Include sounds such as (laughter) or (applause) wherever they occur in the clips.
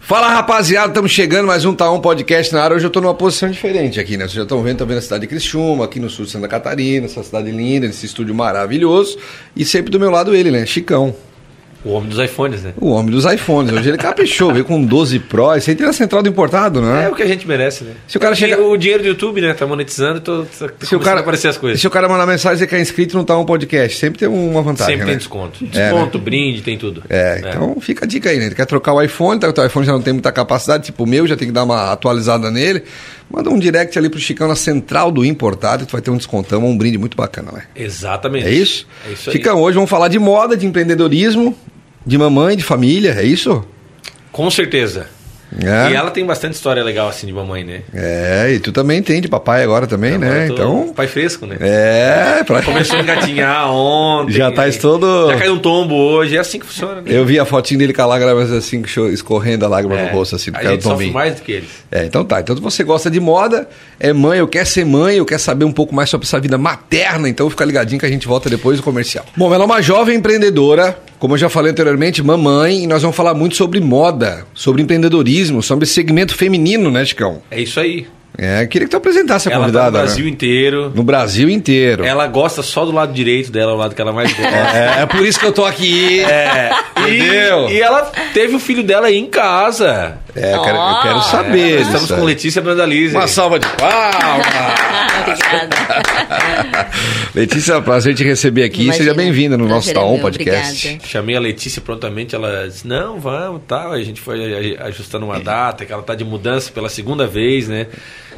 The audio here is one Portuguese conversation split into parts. Fala rapaziada, estamos chegando mais um Taon Podcast na área. Hoje eu estou numa posição diferente aqui, né? Vocês já estão vendo, estão vendo a cidade de Criciúma, aqui no sul de Santa Catarina, essa cidade linda, esse estúdio maravilhoso. E sempre do meu lado ele, né? Chicão. O homem dos iPhones, né? O homem dos iPhones. Hoje ele caprichou, (laughs) veio com 12 Pro. Esse aí tem na central do importado, né? É o que a gente merece, né? Se o cara E chega- O dinheiro do YouTube, né? Tá monetizando, tô, tá Se o começando cara a aparecer as coisas. Se o cara mandar mensagem e dizer que é inscrito não tá um podcast, sempre tem uma vantagem. Sempre né? tem desconto. Desconto, brinde, tem tudo. É, então fica a dica aí, né? Ele quer trocar o iPhone, tá? o teu iPhone já não tem muita capacidade, tipo o meu, já tem que dar uma atualizada nele. Manda um direct ali pro Chicão na central do importado, que tu vai ter um descontão, um brinde muito bacana, né? Exatamente. É isso? É isso aí. Chicão, hoje vamos falar de moda, de empreendedorismo, de mamãe, de família, é isso? Com certeza. É. E ela tem bastante história legal assim de mamãe, né? É, e tu também tem de papai agora também, né? Eu tô Então. Pai fresco, né? É, pra... Começou a engatinhar ontem. né? Já tá isso todo- Já caiu um tombo hoje. É assim que funciona, né? Eu vi a fotinho dele com a lágrima assim, cho- escorrendo a lágrima É. no rosto, assim, do a cara gente do sofre Tombinho. mais do que eles. É, então tá. Então se você gosta de moda, é mãe, eu quero ser mãe, eu quero saber um pouco mais sobre essa vida materna, então fica ligadinho que a gente volta depois do comercial. Bom, ela é uma jovem empreendedora, como eu já falei anteriormente, mamãe, e nós vamos falar muito sobre moda, sobre empreendedorismo, sobre esse segmento feminino, né, Chicão? É isso aí. É, queria que tu apresentasse a Ela tá no convidada. Então. né? Brasil inteiro. No Brasil inteiro. Ela gosta só do lado direito dela, o lado que ela mais (laughs) gosta. É, é por isso que eu tô aqui. É. Entendeu? E, e ela teve o filho dela aí em casa. É, eu quero, eu quero Ó. saber. É, disso Estamos aí. com Letícia Brandalize. Uma salva de palmas! Obrigada. (laughs) Letícia, prazer te receber aqui. Imagina. Seja bem-vinda no nosso Prazer é Taon meu, Podcast. obrigada. Chamei a Letícia prontamente, ela disse, não, vamos, tal. Aí A gente foi a- a- ajustando É. uma data, que ela tá de mudança pela segunda vez, né?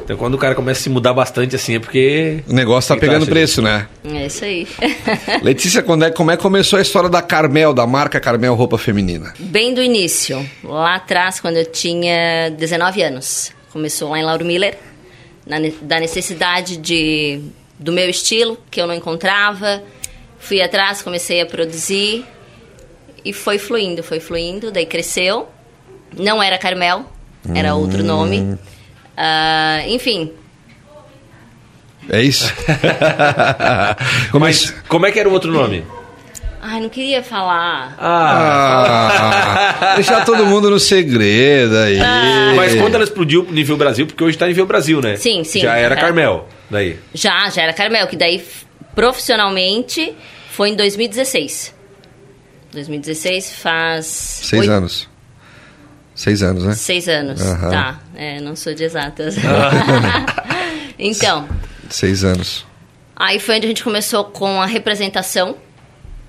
Então quando o cara começa a se mudar bastante assim, é porque... O negócio tá Quem pegando acha preço, né? É isso aí. (laughs) Letícia, quando é, como é que começou a história da Carmel, da marca Carmel Roupa Feminina? Bem do início, lá atrás, quando eu tinha 19 anos. Começou lá em Lauro Miller, na ne- da necessidade de, do meu estilo, que eu não encontrava. Fui atrás, comecei a produzir e foi fluindo, foi fluindo, daí cresceu. Não era Carmel, era outro nome. Hum. Ah, enfim, É isso? como é isso? (laughs) Como é que era o outro nome? ai, não queria falar. Ah... (laughs) Ah, deixar todo mundo no segredo aí. Ah. Mas é. quando ela explodiu pro nível Brasil, porque hoje tá nível Brasil, né? Sim, sim. Já era É. Carmel, daí. Já, já era Carmel, que daí f- profissionalmente foi em 2016. 2016 faz. Seis oito- anos. Seis anos, né? Seis anos, Aham. Ah. tá. É, não sou (laughs) de exatas. (laughs) então, Seis anos. aí foi onde a gente começou com a representação,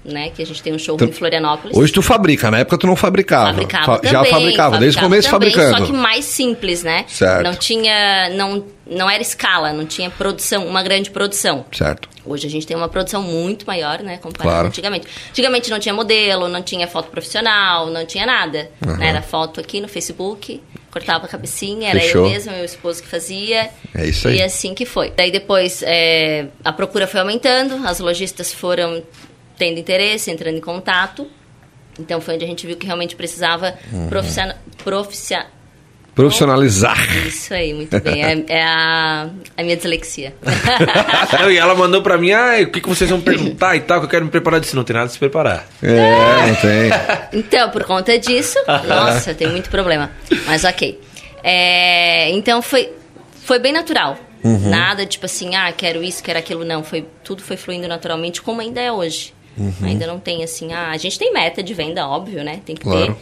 né? Que a gente tem um show em Florianópolis. Então, Hoje tu fabrica, na época tu não fabricava. fabricava Fa- também, já fabricava, desde o começo também, fabricando. Só que mais simples, né? Certo. Não tinha. Não, não era escala, não tinha produção, uma grande produção. Certo. Hoje a gente tem uma produção muito maior, né, comparado Claro. com antigamente. Antigamente não tinha modelo, não tinha foto profissional, não tinha nada. né? Era foto aqui no Facebook, cortava a cabecinha, era Fechou. eu mesma, meu esposo que fazia. É isso aí. E assim que foi. Daí depois é, a procura foi aumentando, as lojistas foram tendo interesse, entrando em contato. Então foi onde a gente viu que realmente precisava Uhum. profissional. Profissionalizar. Isso aí, muito bem. É, é a, a (laughs) minha dislexia. (laughs) Não, e ela mandou pra mim, ah, o que, que vocês vão perguntar e tal, que eu quero me preparar disso. Não tem nada de se preparar. É, não tem. Então, por conta disso, nossa, tem muito problema. Mas ok. É, então foi, foi bem natural. Nada tipo assim, ah, quero isso, quero aquilo, não. Foi, tudo foi fluindo naturalmente, como ainda é hoje. Ainda não tem assim, ah, a gente tem meta de venda, óbvio, né? Tem que Claro. ter.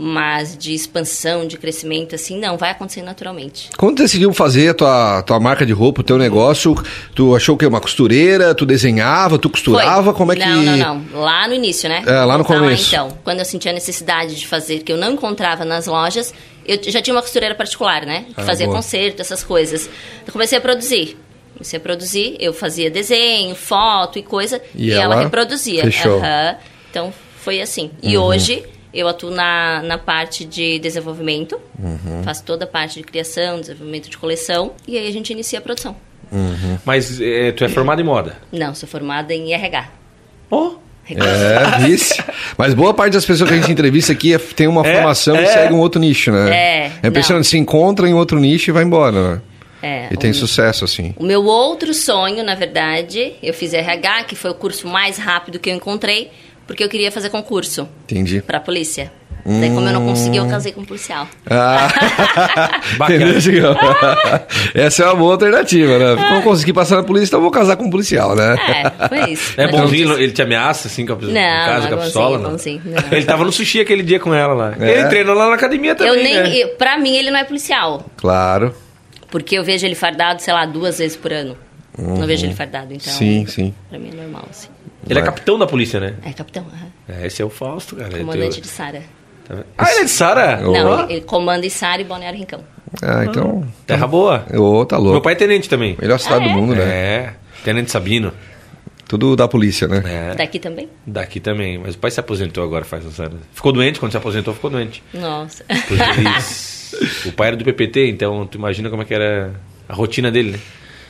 Mas de expansão, de crescimento, assim, não, vai acontecer naturalmente. Quando tu decidiu fazer a tua, tua marca de roupa, o teu negócio, tu achou que é uma costureira, tu desenhava, tu Foi. costurava, como é que... Não, não, não. Lá no início, né? É, lá no Tá começo. então, quando eu senti a necessidade de fazer, que eu não encontrava nas lojas, eu t- já tinha uma costureira particular, né? Que Ah, fazia boa. concerto, essas coisas. Eu comecei a produzir. Comecei a produzir, eu fazia desenho, foto e coisa, E e, ela, ela reproduzia. fechou. Uhum. Aham. Então, foi assim. E hoje, eu atuo na, na parte de desenvolvimento, Uhum. faço toda a parte de criação, desenvolvimento de coleção, e aí a gente inicia a produção. Mas é, tu é formado em moda. Não, sou formada em RH. Oh. É, vice. Mas boa parte das pessoas que a gente entrevista aqui é- tem uma É, formação é. e segue um outro nicho, É, né? É impressionante, se encontra em outro nicho e vai embora, né? É, E tem um- sucesso, assim. O meu outro sonho, na verdade, eu fiz RH, que foi o curso mais rápido que eu encontrei, porque eu queria fazer concurso Entendi. para polícia. Daí, como eu não consegui, Hum. eu casei com (laughs) um policial. Ah, Bacana. entendeu, (laughs) Chicão? Essa é uma boa alternativa, né? Se não conseguir passar na polícia, então eu vou casar com um policial, né? É, foi isso. É Mas bonzinho, não- ele te ameaça assim com a, Não, no caso, não é com a pistola? bonzinho, não. bonzinho, (laughs) não. Ele tava no sushi aquele dia com ela lá. É? Ele treinou lá na academia também. Eu nem, né? eu- pra mim, ele não é policial. Claro. Porque eu vejo ele fardado, sei lá, duas vezes por ano. Não vejo Uhum. ele fardado, então. Sim, sim. Pra mim é normal, assim. Ele é capitão da polícia, né? É, capitão. aham. É, esse é o Fausto, cara. Ele Comandante teu- de Sara. tá vendo? Ah, ele é de Sara? Ô. Não, Ó, ele, ele comanda em Sara e Balneário Rincão. Ah, então. Terra boa. Ô, tá louco. Meu pai é tenente também. Melhor cidade Ah, é? do mundo, né? É, tenente Sabino. Tudo da polícia, né? É, Daqui também? daqui também. Mas o pai se aposentou agora faz uns anos. Ficou doente, quando se aposentou ficou doente. Nossa. Porque eles- o pai era do PPT, então tu imagina como é que era a rotina dele, né?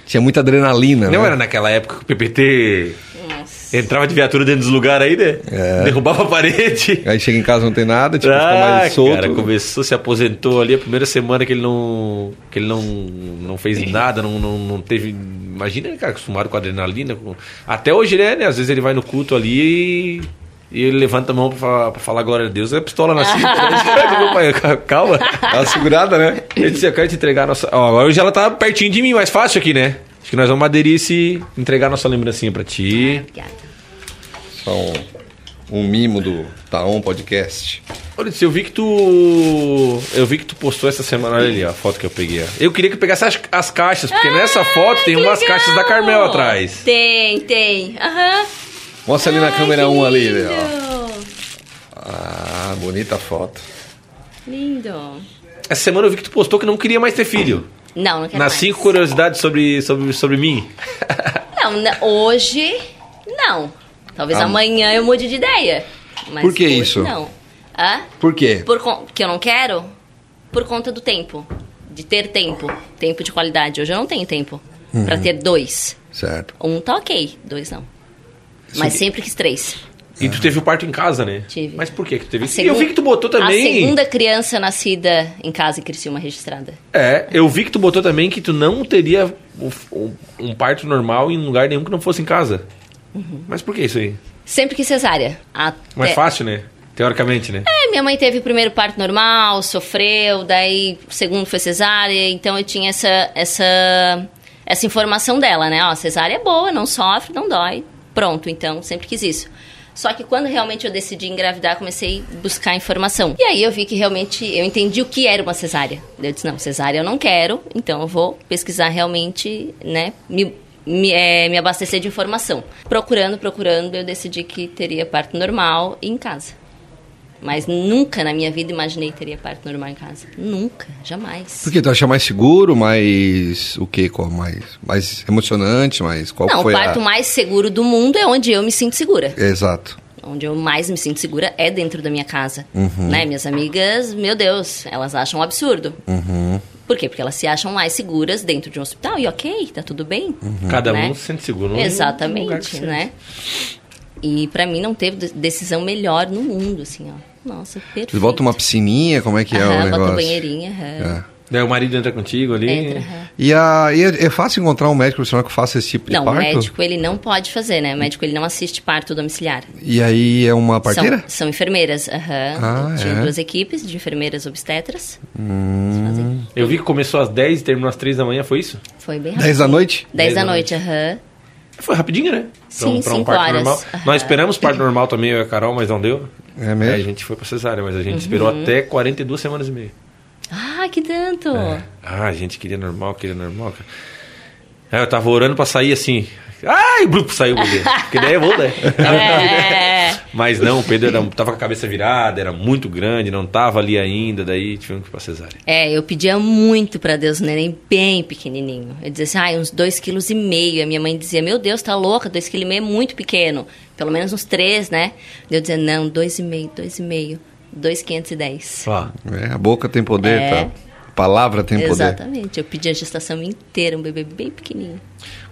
Tinha muita adrenalina, Não né? era naquela época que o PPT (laughs) Nossa. entrava de viatura dentro dos lugares aí, né? Derrubava a (laughs) parede. Aí chega em casa não tem nada, tipo, fica Ah, mais solto. cara, começou, se aposentou ali a primeira semana que ele não que ele não, não fez nada, não, não, não teve, imagina, cara, acostumado com adrenalina, com- até hoje ele é, né, às vezes ele vai no culto ali e, e ele levanta a mão pra, falar- pra falar glória a Deus, é pistola na cinta, (laughs) né? Meu pai, ca- calma. Tá segurada, né? Ele disse, eu quero te entregar a nossa, ó, agora hoje ela tá pertinho de mim, mais fácil aqui, né? Acho que nós vamos aderir esse entregar a nossa lembrancinha pra ti. Obrigada. Só um, um mimo do Taon Podcast. Olha, eu vi que tu. Eu vi que tu postou essa semana. Olha ali ó, a foto que eu peguei. ó. Eu queria que eu pegasse as, as caixas, porque nessa foto tem Ah, que umas legal! caixas da Carmel atrás. Tem, tem. Aham. Mostra ali na Ai, câmera que 1 um ali, lindo. ó. Ah, bonita foto. Lindo. Essa semana eu vi que tu postou que não queria mais ter filho. Não, não quero Nas mais. cinco curiosidades sobre, sobre, sobre mim. Não, na- hoje, não. Talvez Ah, amanhã eu mude de ideia. Mas Por que hoje, isso? Não. Hã? Por quê? Por con- que eu não quero? Por conta do tempo. De ter tempo. Tempo de qualidade. Hoje eu não tenho tempo pra Uhum. ter dois. Certo. Um tá ok, dois não. Mas sempre quis três. E tu teve o parto em casa, né? Tive. Mas por que que tu teve? A isso? segun- E eu vi que tu botou A também. segunda criança nascida em casa em Criciúma registrada. É, eu vi que tu botou também que tu não teria o- o- um parto normal em lugar nenhum que não fosse em casa. Uhum. Mas por que isso aí? Sempre quis cesárea. Até... Mais fácil, né? Teoricamente, né? É, minha mãe teve o primeiro parto normal, sofreu, daí o segundo foi cesárea, então eu tinha essa, essa, essa informação dela, né? Ó, cesárea é boa, não sofre, não dói, pronto, então sempre quis isso. Só que quando realmente eu decidi engravidar, comecei a buscar informação. E aí eu vi que realmente eu entendi o que era uma cesárea. Eu disse, não, cesárea eu não quero, então eu vou pesquisar realmente, né? Me me, eh, me abastecer de informação. Procurando, procurando, eu decidi que teria parto normal e em casa. Mas nunca na minha vida imaginei que teria parto normal em casa. Nunca, jamais. Por que? Tu acha mais seguro, mais. o quê? Qual mais? Mais emocionante, mais. Qual Não, o foi parto a... mais seguro do mundo é onde eu me sinto segura. Exato. Onde eu mais me sinto segura é dentro da minha casa. Uhum. Né? Minhas amigas, meu Deus, elas acham um absurdo. Uhum. Por quê? Porque elas se acham mais seguras dentro de um hospital. E ok, tá tudo bem. Uhum. Cada né? um se sente seguro. num lugar que Exatamente, sente. né? E pra mim não teve de- decisão melhor no mundo, assim, ó. Nossa, perfeito. Tu bota uma piscininha, como é que é Aham, o negócio? Bota um banheirinho, É. aham. Daí o marido entra contigo ali. Entra, aham. E, a, e é, é fácil encontrar um médico profissional que faça esse tipo de Não, o parto? médico ele não pode fazer, né? O médico ele não assiste parto domiciliar. E aí é uma São, parteira? são enfermeiras, aham. Ah, Tinha é? Hum. duas equipes de enfermeiras obstetras. Eles fazem- Eu vi que começou às 10 e terminou às 3 da manhã, foi isso? Foi bem rápido. 10 da noite? 10 da da noite, aham. Foi rapidinho, né? Sim, um cinco parto horas. normal. Aham. Nós esperamos parto normal também, eu e a Carol, mas não deu. É Aí a mesmo? gente foi pra cesárea, mas a Uhum. gente esperou até 42 semanas e meia. Ah, que tanto! É. Ah, a gente queria normal, queria normal. cara. Aí eu tava orando pra sair assim. Ai, blup, saiu o bebê. Porque daí eu vou, (laughs) né? É. Mas não, o Pedro era- tava com a cabeça virada, era muito grande, não tava ali ainda, daí tivemos que ir pra cesárea. É, eu pedia muito pra Deus um neném bem pequenininho. Eu dizia assim, ai, uns dois quilos e meio. A minha mãe dizia, meu Deus, tá louca, dois quilos e meio é muito pequeno. Pelo menos uns três, né? Eu dizia, não, dois e meio, dois e meio, dois quinhentos e dez. Ó, É, a boca tem poder, É. tá? A palavra tem poder. Exatamente. Eu pedi a gestação inteira, um bebê bem pequenininho.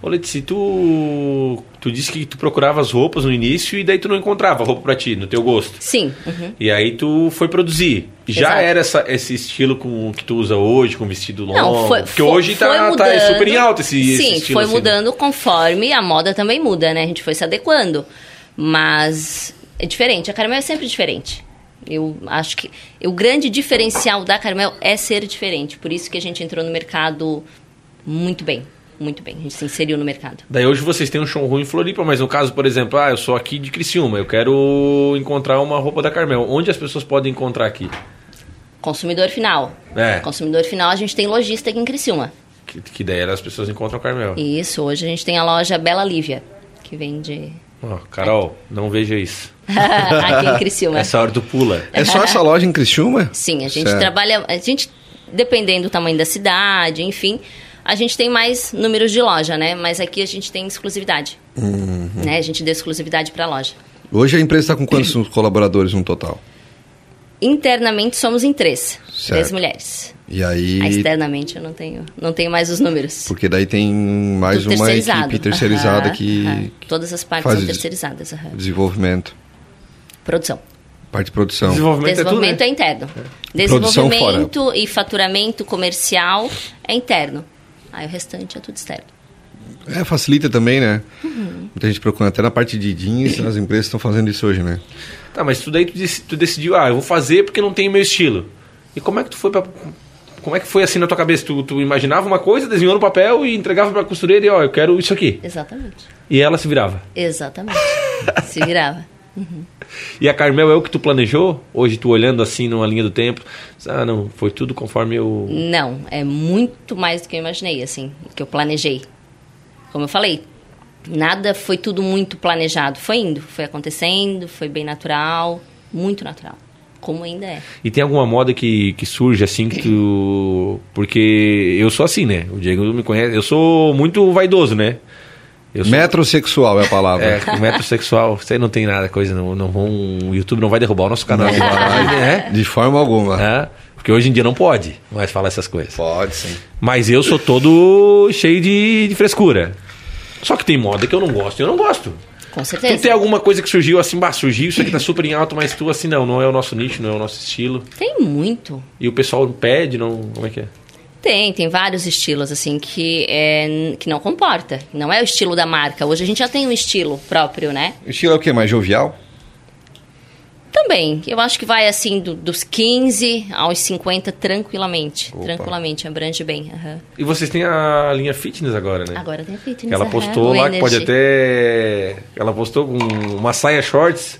Ô, Letícia, tu, tu disse que tu procurava as roupas no início e daí tu não encontrava roupa pra ti, no teu gosto. Sim. uhum. E aí tu foi produzir. Já Exato. era essa- esse estilo com o que tu usa hoje, com vestido longo? Não, foi, porque foi- hoje tá, foi tá mudando. super em alta esse, esse Sim, estilo. foi assim, né? mudando conforme a moda também muda, né? A gente foi se adequando. Mas é diferente. A Carmel é sempre diferente. Eu acho que o grande diferencial da Carmel é ser diferente. Por isso que a gente entrou no mercado muito bem. Muito bem. A gente se inseriu no mercado. Daí hoje vocês têm um showroom em Floripa, mas no caso, por exemplo, ah, eu sou aqui de Criciúma, eu quero encontrar uma roupa da Carmel. Onde as pessoas podem encontrar aqui? Consumidor final. É. Consumidor final, a gente tem lojista aqui em Criciúma. Que, que daí as pessoas encontram a Carmel. E Isso, hoje a gente tem a loja Bela Lívia, que vende (laughs) Ó, Carol, não veja isso. aqui (laughs) em Criciúma. Essa hora do pula. É só essa loja em Criciúma? (laughs) Sim, a gente Certo. trabalha. A gente, dependendo do tamanho da cidade, enfim, a gente tem mais números de loja, né? Mas aqui a gente tem exclusividade. Uhum. Né? A gente deu exclusividade para a loja. Hoje a empresa está com quantos colaboradores no total? Internamente somos em três. Certo. Três mulheres. E aí. Ah, Externamente eu não tenho, não tenho mais os números. Porque daí tem mais Tudo uma equipe terceirizada Aham, que. aham. Todas as partes faz são isso. terceirizadas. aham. Desenvolvimento, Produção. parte de produção. Desenvolvimento, Desenvolvimento é, é tudo, né? interno. Produção fora. Desenvolvimento e faturamento comercial é interno. Aí o restante é tudo externo. É, facilita também, né? Uhum. Muita gente procura até na parte de (laughs) jeans, né? as empresas estão fazendo isso hoje, né? Tá, mas tudo aí tu, dec- tu decidiu, ah, eu vou fazer porque não tem meu estilo. E como é que tu foi pra... Como é que foi assim na tua cabeça? Tu, tu imaginava uma coisa, desenhou no papel e entregava pra costureira e ó, eu quero isso aqui. Exatamente. E ela se virava. Exatamente. Se virava. E a Carmel é o que tu planejou? Hoje tu olhando assim numa linha do tempo, diz, ah não, foi tudo conforme eu... Não, é muito mais do que eu imaginei, assim, do que eu planejei. Como eu falei, nada foi tudo muito planejado. Foi indo, foi acontecendo, foi bem natural, muito natural. Como ainda é. E tem alguma moda que, que surge assim que tu... Porque eu sou assim, né? O Diego me conhece, eu sou muito vaidoso, né? Eu sou Metrosexual é a palavra. É, com metrosexual, isso aí não tem nada, coisa, não, não vão, o YouTube não vai derrubar o nosso (laughs) canal. Não vai. né? De forma alguma. Né? Porque hoje em dia não pode mais falar essas coisas. Pode sim. Mas eu sou todo cheio de, de frescura. Só que tem moda que eu não gosto, e eu não gosto. Com Tu tem certeza. alguma coisa que surgiu assim, bah, surgiu, isso aqui tá super em alto, mas tu assim, não, não é o nosso nicho, não é o nosso estilo. Tem muito. E o pessoal pede, não, como é que é? Tem, tem vários estilos, assim, que, é, que não comporta. Não é o estilo da marca. Hoje a gente já tem um estilo próprio, né? O estilo é o quê? Mais jovial? Também. Eu acho que vai assim do- dos 15 aos 50 tranquilamente. Opa. Tranquilamente, abrange bem. aham. E vocês têm a linha fitness agora, né? Agora tem fitness. Ela aham, postou o lá que pode Energy. até. Ela postou com uma saia shorts.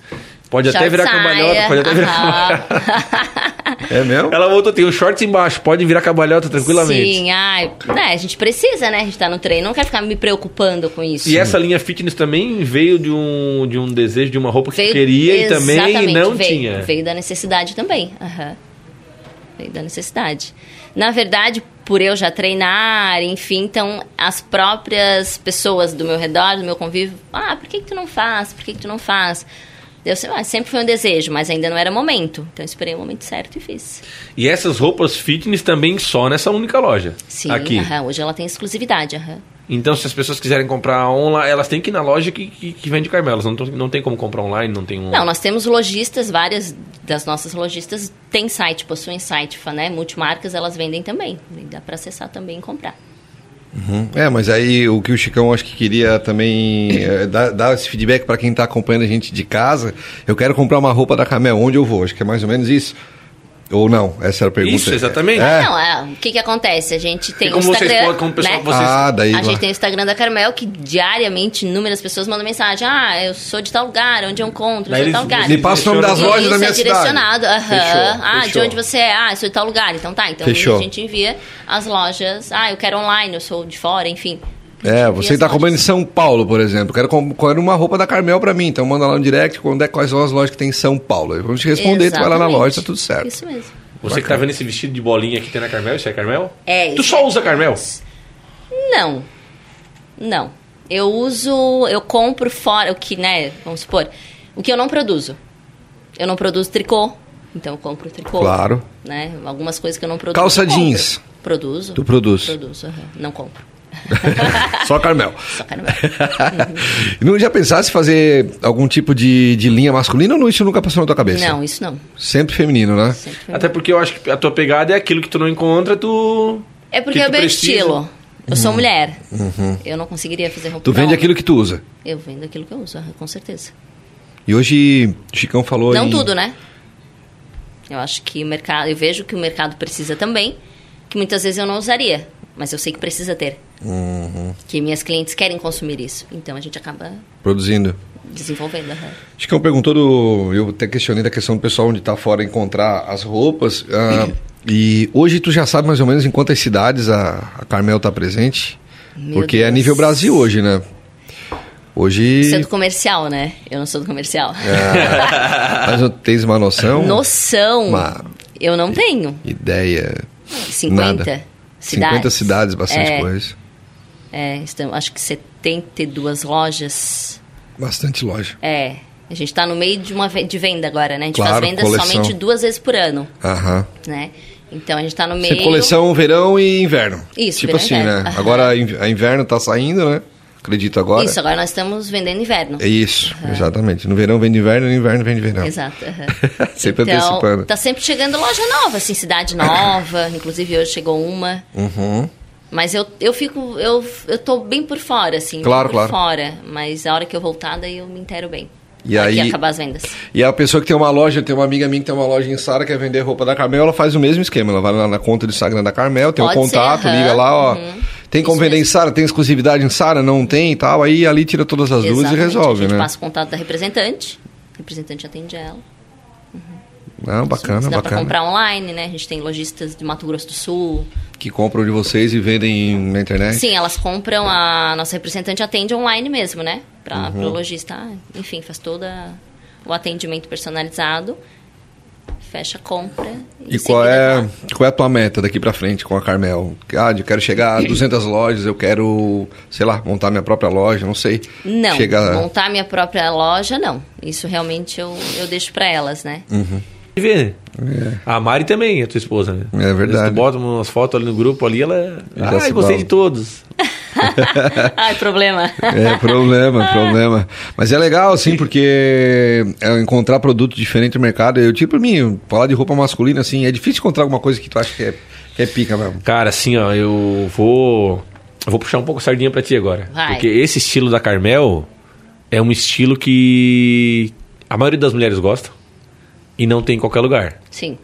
Pode até Short virar saia, cambalhota, pode até virar aham. cambalhota. É mesmo? Ela voltou, tem um shorts embaixo, pode virar cambalhota (laughs) tranquilamente. Sim, ai, né, a gente precisa, né? A gente tá no treino, não quero ficar me preocupando com isso. E essa linha fitness também veio de um, de um desejo, de uma roupa que Veio- queria e também exatamente, não veio, tinha. Veio da necessidade também. aham. Veio da necessidade. Na verdade, por eu já treinar, enfim, então as próprias pessoas do meu redor, do meu convívio, ah, por que, que tu não faz? Por que, que tu não faz? Eu sei lá, sempre foi um desejo, mas ainda não era momento. Então eu esperei o momento certo e fiz. E essas roupas fitness também só nessa única loja. Sim, aqui. aham, hoje ela tem exclusividade. aham. Então, se as pessoas quiserem comprar online, elas têm que ir na loja que, que, que vende Carmelo. Elas Não, tão- não tem como comprar online, não tem um. Não, nós temos lojistas, várias das nossas lojistas têm site, possuem site, fa- né? Multimarcas elas vendem também. Dá pra acessar também e comprar. Uhum. É, mas aí o que o Chicão acho que queria também é, dar, dar esse feedback pra quem tá acompanhando a gente de casa. Eu quero comprar uma roupa da Camel, onde eu vou? Acho que é mais ou menos isso. Ou não? Essa era a pergunta. Isso, exatamente. É. Não, é, o que que acontece? A gente tem E o como vocês Instagram, podem- como pessoa- né? vocês- Ah, daí. A gente tem o Instagram da Carmel, que diariamente inúmeras pessoas mandam mensagem. Ah, eu sou de tal lugar, onde eu encontro, Daí eu sou de eles- tal lugar. Me passa o nome das E lojas isso da é minha cidade. direcionado. aham. Fechou, Ah, fechou. de onde você é? Ah, eu sou de tal lugar. Então tá, então Fechou. a gente envia as lojas. Ah, eu quero online, eu sou de fora, enfim. A gente É, envia você as está lojas. comprando em São Paulo, por exemplo. Quero, com- quero uma roupa da Carmel para mim. Então manda lá no direct quando é, quais são as lojas que tem em São Paulo. Aí Vamos te responder, tu vai lá na Exatamente. loja, tá tudo certo. Isso mesmo. Você que tá vendo esse vestido de bolinha que tem na Carmel, isso é Carmel? É, Tu isso só usa Carmel? Não. Não. Eu uso, eu compro fora o que, né, vamos supor, o que eu não produzo. Eu não produzo tricô, então eu compro tricô. Claro. Né? Algumas coisas que eu não produzo. Calça eu compro. jeans. Produzo. Tu produz. Produzo, aham. não compro. Só Carmel. Uhum. (laughs) Só caramba. não já pensasse em fazer algum tipo de, de linha masculina ou não? isso nunca passou na tua cabeça? não, isso não. Sempre feminino, né? Sempre foi Até porque eu acho que a tua pegada é aquilo que tu não encontra, tu. É porque que é tu o meu precisa. estilo. Eu sou mulher. Eu não conseguiria fazer roupa Uhum. Tu pra vende homem. aquilo que tu usa. Eu vendo aquilo que eu uso, aham, com certeza. E hoje, Chicão falou Não em- tudo, né? Eu acho que o mercado, eu vejo que o mercado precisa também, que muitas vezes eu não usaria, mas eu sei que precisa ter. Uhum. Que minhas clientes querem consumir isso. Então a gente acaba Produzindo. desenvolvendo. aham. Chicão perguntou do. Eu até questionei da questão do pessoal onde tá fora encontrar as roupas. Uhum. ah, e hoje tu já sabe mais ou menos em quantas cidades a, a Carmel tá presente. Meu porque é Deus. nível Brasil hoje, né? Hoje. Sendo comercial, né? Eu não sou do comercial. É, Mas não tens uma noção? (laughs) Noção, um Uma eu não tenho. ideia. 50 Nada. cidades. 50 cidades, bastante É, coisa. É, estamos, acho que 72 lojas. Bastante loja. É, a gente está no meio de uma ve- de venda agora, né? A gente Claro, faz venda coleção. somente duas vezes por ano, Aham. né? Então a gente está no meio. Tem coleção verão e inverno. Isso, Tipo verão e assim, inverno. né? Aham. Agora in- a inverno tá saindo, né? Acredito agora. Isso, agora nós estamos vendendo inverno. É isso, exatamente. No verão vem de inverno, no inverno vem de verão. Exato. aham. (laughs) Sempre então, antecipando. Tá sempre chegando loja nova, assim, (laughs) cidade nova. Inclusive hoje chegou uma. Uhum. Mas eu, eu fico, eu, eu tô bem por fora, assim. Claro, por claro. fora. Mas a hora que eu voltar, daí eu me inteiro bem. E Aqui aí- acabar as vendas. E a pessoa que tem uma loja, tem uma amiga minha que tem uma loja em Sara, quer vender roupa da Carmel, ela faz o mesmo esquema. Ela vai lá na conta do Instagram da Carmel, tem o Pode ser, contato, aham, liga lá, ó. uhum. Tem como Isso vender em mesmo. Sara? Tem exclusividade em Sara? Não tem e tal. Aí ali tira todas as dúvidas e Exatamente, resolve, A gente né? passa o contato da representante. A representante atende ela. Não, bacana, Isso dá pra bacana. comprar online, né? A gente tem lojistas de Mato Grosso do Sul. Que compram de vocês e vendem na internet. Sim, elas compram, a nossa representante atende online mesmo, né? Para o lojista, ah, enfim, faz todo o atendimento personalizado, fecha a compra. em E qual seguida é, qual é a tua meta daqui pra frente com a Carmel? Ah, eu quero chegar a 200 lojas, eu quero, sei lá, montar minha própria loja, não sei. Não, Chegar- montar minha própria loja, não. Isso realmente eu, eu deixo para elas, né? E vê. A Mari também, a tua esposa, né? É verdade. Às vezes Tu bota umas fotos ali no grupo ali, ela. Já ah, se eu gostei bala. de todos. (laughs) Ai, problema. (laughs) É, problema, problema. Mas é legal, assim, porque é, encontrar produto diferente no mercado. Eu, tipo, pra mim, falar de roupa masculina, assim, é difícil encontrar alguma coisa que tu acha que é, que é pica mesmo. Cara, assim, ó, eu vou. Eu vou puxar um pouco a sardinha pra ti agora. Vai. Porque esse estilo da Carmel é um estilo que a maioria das mulheres gosta e não tem em qualquer lugar. Sim.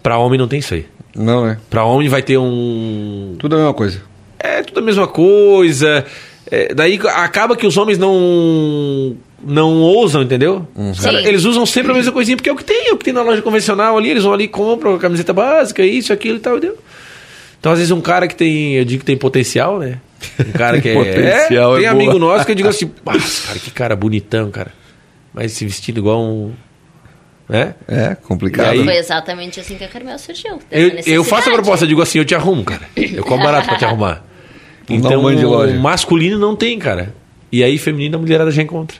Pra homem não tem isso aí. Não, né? Pra homem vai ter um. Tudo é a mesma coisa. É tudo a mesma coisa. É, daí acaba que os homens não. Não ousam, entendeu? Uhum. Os cara- Sim. eles usam sempre a mesma coisinha, porque é o que tem, é o que tem na loja convencional ali, eles vão ali, compram a camiseta básica, isso, aquilo e tal, entendeu? Então, às vezes, um cara que tem, eu digo que tem potencial, né? (laughs) Um cara que é. Potencial é é, tem boa. amigo nosso que eu digo assim, "Nossa, cara, que cara bonitão, cara. Mas se vestindo igual um. Né? É, complicado. E aí- Foi exatamente assim que a Carmel surgiu. dessa Eu, eu faço a necessidade. proposta, eu digo assim, eu te arrumo, cara. Eu cobro barato pra te arrumar. (laughs) Então, Não dá um banho de loja. masculino não tem, cara. E aí, feminino, a mulherada já encontra.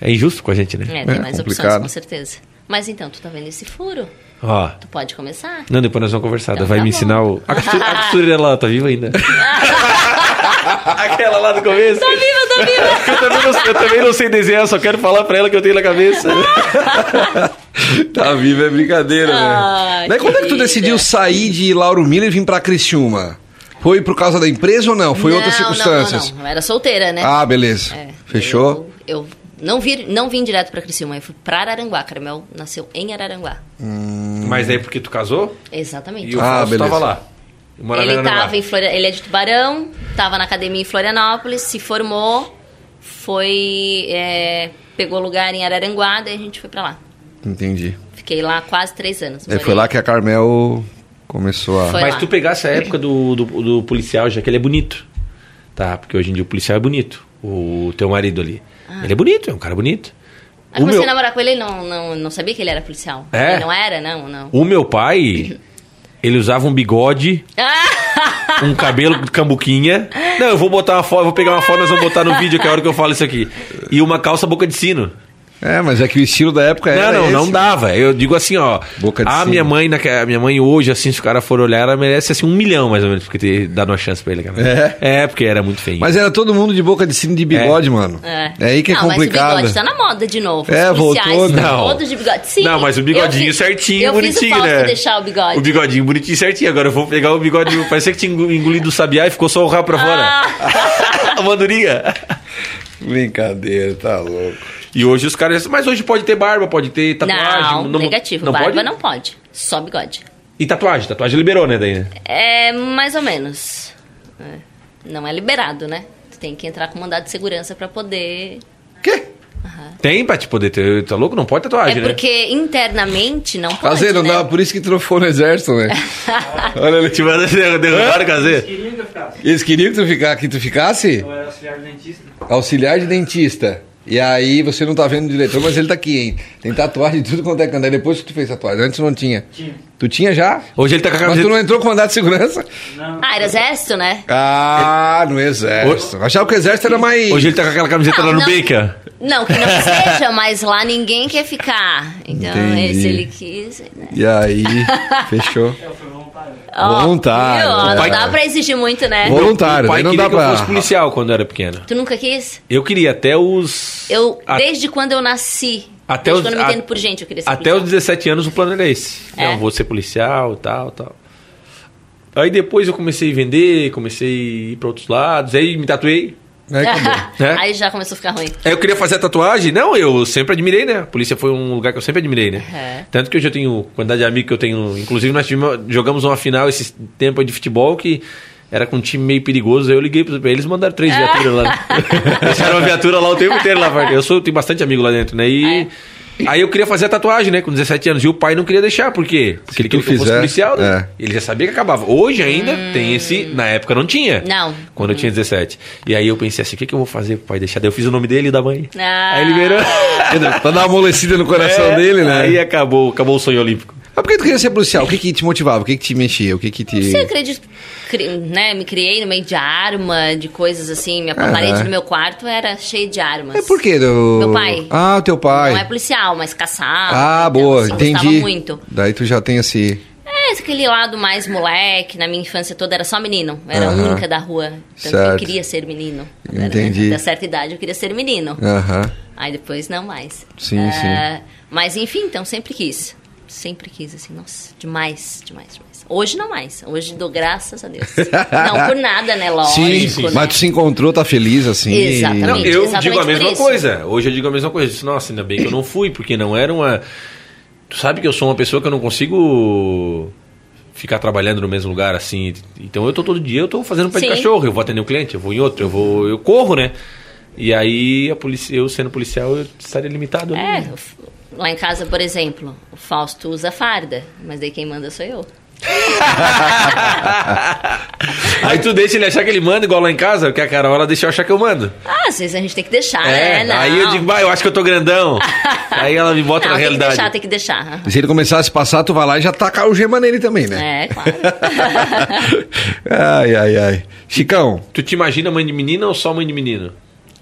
É injusto com a gente, né? É, tem É, mais complicado. opções, com certeza. Mas então, tu tá vendo esse furo? Ó. Tu pode começar? Não, depois nós vamos conversar. Então Vai tá me bom. ensinar o... A costura, a costureira lá, tá viva ainda? (laughs) Aquela lá do começo. Tá viva, (laughs) tá viva! Eu também, não, eu também não sei desenhar, só quero falar pra ela que eu tenho na cabeça. (laughs) Tá vivo é brincadeira, Ah, né? Mas quando é que tu querida. decidiu sair de Lauro Miller e vir pra Criciúma? Foi por causa da empresa ou não? Foi Não, outras não, não, circunstâncias? Não, Eu era solteira, né? Ah, beleza. É, Fechou? Eu, eu não, vir, não vim direto pra Criciúma, eu fui pra Araranguá. Carmel nasceu em Araranguá. Mas aí porque tu casou Exatamente. e o Ah, Fausto beleza. tava lá. Eu morava em ele, Aranaguá. tava em Flora... ele é de Tubarão, tava na academia em Florianópolis, se formou, foi. é, pegou lugar em Araranguá, daí a gente foi pra lá. Entendi. Fiquei lá quase três anos. Aí morei. foi lá que a Carmel começou a. Foi. Mas lá. tu pegasse a época do, do, do policial, já que ele é bonito. Tá? Porque hoje em dia o policial é bonito. O teu marido ali. Ah. Ele é bonito, é um cara bonito. Aí O comecei meu, a namorar com ele, ele não, não, não sabia que ele era policial. É? Ele não era, não, não. (laughs) o meu pai, ele usava um bigode, um cabelo de cambuquinha. Não, eu vou botar uma foto, vou pegar uma foto, nós vamos botar no vídeo, que é a hora que eu falo isso aqui. E uma calça boca de sino. É, mas é que o estilo da época Não, era. não, esse. não dava. Eu digo assim, ó. Boca de a sino. minha mãe, naque- a minha mãe hoje, assim, se o cara for olhar, ela merece assim um milhão, mais ou menos, porque ter dado uma chance pra ele, cara. É, porque era muito feio. Mas era todo mundo de boca de sino de bigode, mano. É. aí que é não, complicado. Mas o bigode tá na moda de novo. É, Os policiais voltou, né? estão Não. Todos de bigode. Sim. Não, mas o bigodinho eu fiz- certinho, eu bonitinho, fiz o Fausto né? deixar o bigode. O bigodinho bonitinho certinho. Agora eu vou pegar o bigode. (laughs) Parecia que tinha engo- engolido o sabiá e ficou só o rabo pra fora. (laughs) Ah, A mandurinha. Brincadeira, tá louco. E hoje os caras. Mas hoje pode ter barba, pode ter tatuagem. não, negativo. barba não pode. Só bigode. E tatuagem? Tatuagem liberou, né? Daí, né? É mais ou menos. É. Não é liberado, né? Tu tem que entrar com mandado de segurança pra poder. Quê? Tem pra te poder ter. Tá louco? Não pode tatuagem, é porque internamente não pode. Caseiro, né? não dá, por isso que trofou no exército, (laughs) né? Olha né? ali. Te manda derrubar o caseiro. Queria que eu ficasse. Eles queriam que tu, fica, que tu ficasse Eu era auxiliar de dentista. auxiliar de dentista. E aí você não tá vendo o diretor, mas ele tá aqui, hein? Tem tatuagem de tudo quanto é canto. Aí Depois que tu fez tatuagem, antes não tinha. Tinha. Tu tinha já? Hoje ele tá com a Mas tu camiseta. não é entrou com mandado de segurança? Não. Ah, era exército, né? Ah, no exército. Achava que o exército era mais... Hoje ele tá com aquela camiseta Não, lá no não. Baker. Não, (laughs) que não seja, mas lá ninguém quer ficar. Então, Entendi. esse ele quis. Né? E aí, fechou. Eu fui voluntário. Ó, Voluntário, viu? Ó, voluntário. Não dá pra exigir muito, né? Vol- Voluntário, Meu daí pai não queria dá que pra- eu fosse policial quando eu era pequeno. Tu nunca quis? Eu queria até os. Eu, a- desde quando eu nasci, Ah. Até desde os- quando eu me a- entendo por gente, eu queria ser Até policial. os 17 anos o plano era esse. É. Não, vou ser policial e tal, tal. Aí depois eu comecei a vender, comecei a ir pra outros lados, aí me tatuei. Aí (laughs) acabou. né? Aí já começou a ficar ruim. Aí eu queria fazer a tatuagem. Não, eu sempre admirei, né? A polícia foi um lugar que eu sempre admirei, né? Aham. Tanto que hoje eu tenho quantidade de amigo que eu tenho. Inclusive, nós tivemos, jogamos uma final esse tempo aí de futebol que era com um time meio perigoso. Aí eu liguei pra eles, mandaram três viaturas lá. Deixaram uma viatura lá o tempo inteiro lá. Vargas. Eu sou, tenho bastante amigo lá dentro, né? E. Aí eu queria fazer a tatuagem, né? Com 17 anos. E o pai não queria deixar, por quê? Porque Se ele queria tu que eu fosse fizer, policial, né? é. Ele já sabia que acabava. Hoje ainda tem esse. Na época não tinha. Hum. Não. Quando eu tinha 17. E aí eu pensei assim, o que, que eu vou fazer pro pai deixar? Daí eu fiz o nome dele e da mãe. Ah. Aí liberou. (laughs) pra dar uma amolecida no coração É, dele, né? Aí acabou, acabou o sonho olímpico. Mas por que tu queria ser policial? O que que te motivava? O que que te mexia? O que que te... Você acredita, cri- né, me criei no meio de arma, de coisas assim. Minha Aham. parede do meu quarto era cheia de armas. É por quê? Do... Meu pai. Ah, o teu pai. Não é policial, mas caçava. Ah, então, boa, assim, entendi. Gostava muito. Daí tu já tem esse... É, aquele lado mais moleque, na minha infância toda era só menino. Era a Aham. única da rua. Tanto que Certo. eu queria ser menino. Entendi. Da certa idade eu queria ser menino. Aham. Aí depois não mais. Sim, Ah, Mas enfim, então sempre quis. Sempre quis, assim, nossa, demais, demais, demais. Hoje não mais. Hoje dou (laughs) graças a Deus. não por nada, né? Lógico. sim, sim. né? mas tu se encontrou, tá feliz assim. Exatamente. Não, eu exatamente digo a por mesma isso. coisa. Hoje eu digo a mesma coisa. Eu disse, Nossa, ainda bem que eu não fui, porque não era uma. Tu sabe que eu sou uma pessoa que eu não consigo ficar trabalhando no mesmo lugar assim. Então eu tô todo dia, eu tô fazendo pé de Sim. cachorro, eu vou atender um cliente, eu vou em outro, eu vou, eu corro, né? E aí a polícia, eu sendo policial, eu estaria limitado. ali, É, né? o F- lá em casa, por exemplo, o Fausto usa farda, mas daí quem manda sou eu. (laughs) Aí tu deixa ele achar que ele manda igual lá em casa, porque a Carol ela deixa eu achar que eu mando. É, Ah, às vezes a gente tem que deixar, né? Não. Aí eu digo, bah, eu acho que eu tô (laughs) grandão. aí ela me bota Não, na tem que realidade. deixar, tem que deixar. (laughs) aham. E se ele começar a se passar, tu vai lá e já taca a algema nele também, né? É, claro. (laughs) ai, ai, ai. Chicão, Tu te imagina mãe de menina ou só mãe de menino?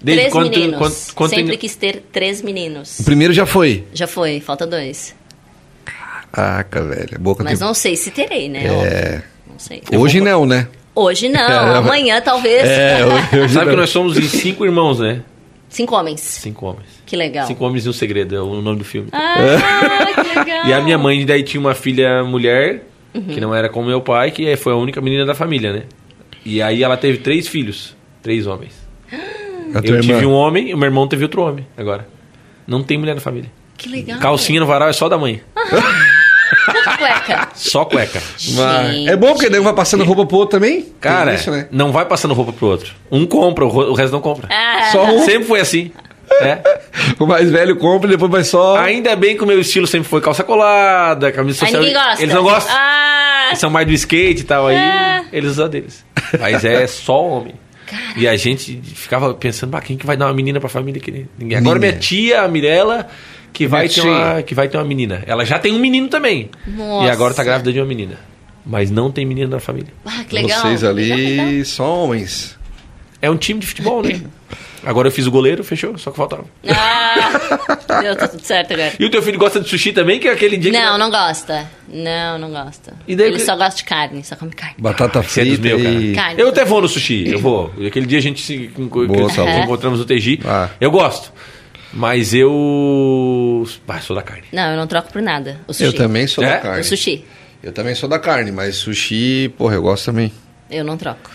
Desde três quando tu- meninos. quando- quando tu- Sempre quis ter três meninos. o primeiro já foi. Já foi, falta dois. Caraca, velho. Boca Mas tem- não sei se terei, né? É. Óbvio. Não sei. Hoje não, né? Hoje não, É, (laughs) amanhã talvez. É, hoje, Sabe que nós somos em cinco irmãos, né? (laughs) Cinco homens. Cinco homens. Que legal. Cinco homens e um segredo, é o nome do filme. (laughs) Ah, que legal. Uhum. E a minha mãe daí tinha uma filha mulher, que não era como meu pai, que é- foi a única menina da família, né? E aí ela teve três filhos, três homens. A Eu tua tive um irmã. homem e o meu irmão teve outro homem agora. Não tem mulher na família. Que legal. Calcinha no varal é só da mãe. Cueca. Só cueca. Mas- Gente. É bom porque daí um vai passando roupa pro outro também. Tem Cara, isso, né? não vai passando roupa pro outro. Um compra, o ro- o resto não compra. Ah, Só um. Sempre foi assim. É. O mais velho compra e depois vai só. um? Ainda bem que o meu estilo sempre foi calça colada, camisa Aí social. ninguém gosta. Eles não gostam. Ah, Eles são mais do skate e tal, aí É. eles usam deles. Mas é só homem. E a gente ficava pensando, ah, quem que vai dar uma menina pra família? Que nem- ninguém. Agora Ninguém. minha tia, a Mirella, que vai, ter tia. uma, que vai ter uma menina. Ela já tem um menino também. E agora tá Nossa. grávida de uma menina. Mas não tem menino na família. ah, que legal. Vocês ali Legal, legal. só homens. É um time de futebol, né? Agora eu fiz o goleiro, fechou, só que faltava. Ah, deu, tá tudo certo (laughs) agora. E o teu filho gosta de sushi também, que é aquele dia que... Não, não gosta. Não, não gosta. E daí Ele que- só gosta de carne, só come carne. Batata Você é dos frita meus, e... cara. Carne. Eu até vou no sushi, eu vou. Aquele dia a gente se, que se Salvo. encontramos no TG. Ah. Eu gosto. Mas eu. Ah, sou da carne. Não, eu não troco por nada. O sushi. Eu também sou É? da carne. O sushi. Eu também sou da carne, mas sushi, porra, eu gosto também. Eu não troco.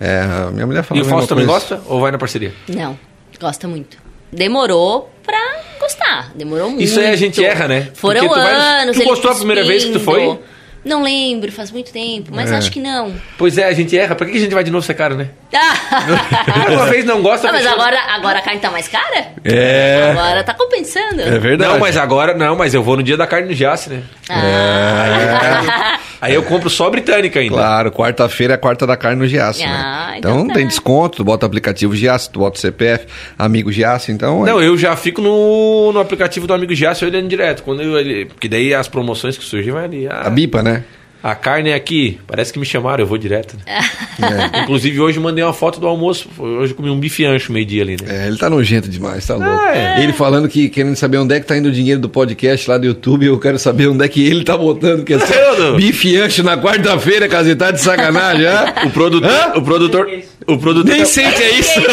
É, a minha mulher fala E a o mesma Fausto também coisa. gosta? Ou vai na parceria? Não, gosta muito. Demorou pra gostar. Demorou muito. Isso aí a gente erra, né? Foram Porque tu vai- anos. tu ele gostou a primeira vez que tu cuspindo. foi? Não lembro, faz muito tempo, mas É. acho que (laughs) não. Pois é, a gente erra. Pra que a gente vai de novo ser caro, né? Ah, Uma vez não gosta, mas fechou. agora, agora a carne tá mais cara? É. Agora tá compensando. É verdade. Não, mas agora não, mas eu vou no dia da carne no Jace, né? Ah. Aí eu compro só britânica ainda. Claro, quarta-feira é a quarta da carne no Giaço, Ah, né? então Então, tá. tem desconto, tu bota o aplicativo Giaço, tu bota o CPF, amigo Giaço, então... é- Não, eu já fico no, no aplicativo do amigo Jace olhando direto. Quando eu, ele, porque daí as promoções que surgem vai ali. A Ah, bipa, né? a carne é aqui. Parece que me chamaram, eu vou direto. né? (laughs) Inclusive hoje mandei uma foto do almoço. Hoje eu comi um bife ancho meio-dia ali, né? É, ele tá nojento demais, tá louco. é. Ele falando que querendo saber onde é que tá indo o dinheiro do podcast lá do YouTube, eu quero saber onde é que ele tá botando, que é só (laughs) Eu não. bife ancho na quarta-feira, casa tá de sacanagem, hã? O produtor, o produtor, o produtor tá- Nem sei o que é (laughs) isso. (laughs)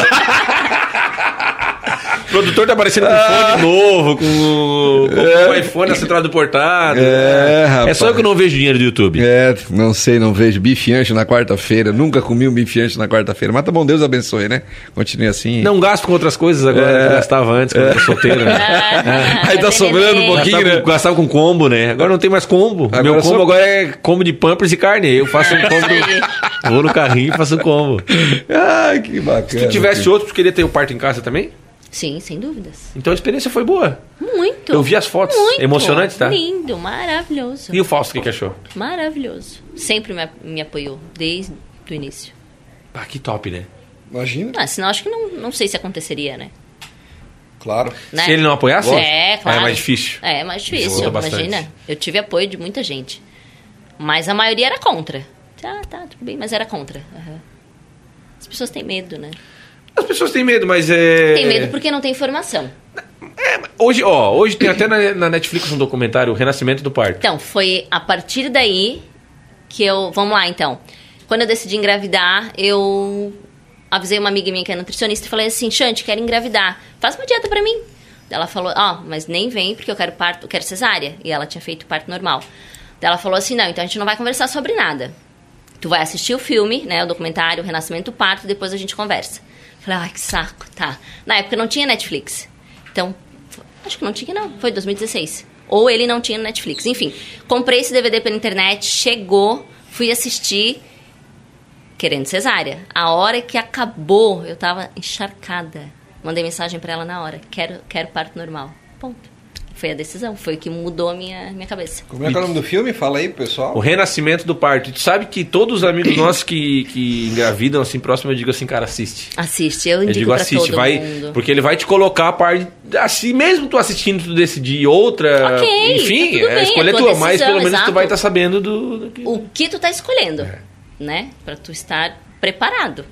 O produtor tá aparecendo com fone novo, com, com o iPhone na central do portátil. É, É só rapaz. eu que não vejo dinheiro do YouTube. É, não sei, não vejo bife ancho na quarta-feira, nunca comi um bife ancho na quarta-feira, mas tá bom, Deus abençoe, né? Continue assim. Não gasto com outras coisas agora que eu gastava antes, quando eu era solteiro. (laughs) Né? Aí tá sobrando um pouquinho. Gastava, com, gastava com combo, né? Agora não tem mais combo. Agora Meu só- combo agora é combo de pampers e carne. Eu faço É, um combo. vou no carrinho e faço um combo. Ai, que bacana. Se tivesse outro, tu queria ter o parto em casa também? Sim, sem dúvidas. Então a experiência foi boa. Muito. Eu vi as fotos. Então, Muito. Emocionante, tá? Lindo, maravilhoso. E o Fausto, o que, que achou? Maravilhoso. Sempre me, me apoiou, desde o início. Ah, que top, né? Imagina, Ah, senão acho que não, não sei se aconteceria, né? claro. Né? Se ele não apoiasse? É, claro. É mais difícil. É, mais difícil, Ajuda bastante. imagina. Eu tive apoio de muita gente. Mas a maioria era contra. Ah, tá, tudo bem, mas era contra. Aham. As pessoas têm medo, né? As pessoas têm medo, mas é. Tem medo porque não tem informação. Hoje, ó, hoje tem até na, na Netflix um documentário, O Renascimento do Parto. Então, foi a partir daí que eu. Vamos lá, então. Quando eu decidi engravidar, eu avisei uma amiga minha que é nutricionista e falei assim: Xante, quero engravidar. Faz uma dieta pra mim. Ela falou: Ó, mas nem vem porque eu quero parto, eu quero cesárea. E ela tinha feito parto normal. Daí Ela falou assim: Não, então a gente não vai conversar sobre nada. Tu vai assistir o filme, né? O documentário, o Renascimento do Parto, depois a gente conversa. Falei, ai, que saco, tá. Na época não tinha Netflix. Então, f- acho que não tinha, não. Foi 2016. Ou ele não tinha no Netflix. Enfim, comprei esse DVD pela internet, chegou, fui assistir, querendo cesárea. A hora que acabou, eu tava encharcada. Mandei mensagem pra ela na hora: quero, quero parto normal. Ponto. Foi a decisão, foi o que mudou a minha, minha cabeça. Como é que é o nome do filme? Fala aí, pessoal. O Renascimento do Parto. E tu sabe que todos os amigos nossos que, que engravidam, assim, próximo, eu digo assim, cara, assiste. Assiste, eu Eu indico digo, pra assiste, todo vai. mundo. Porque ele vai te colocar a parte. Assim, mesmo tu assistindo, tu decidir outra. Ok, enfim, tá tudo a bem, escolha é é tua tua, mas decisão, pelo menos exato. tu vai estar sabendo do. do que- o que tu tá escolhendo, É. né? Pra tu estar preparado.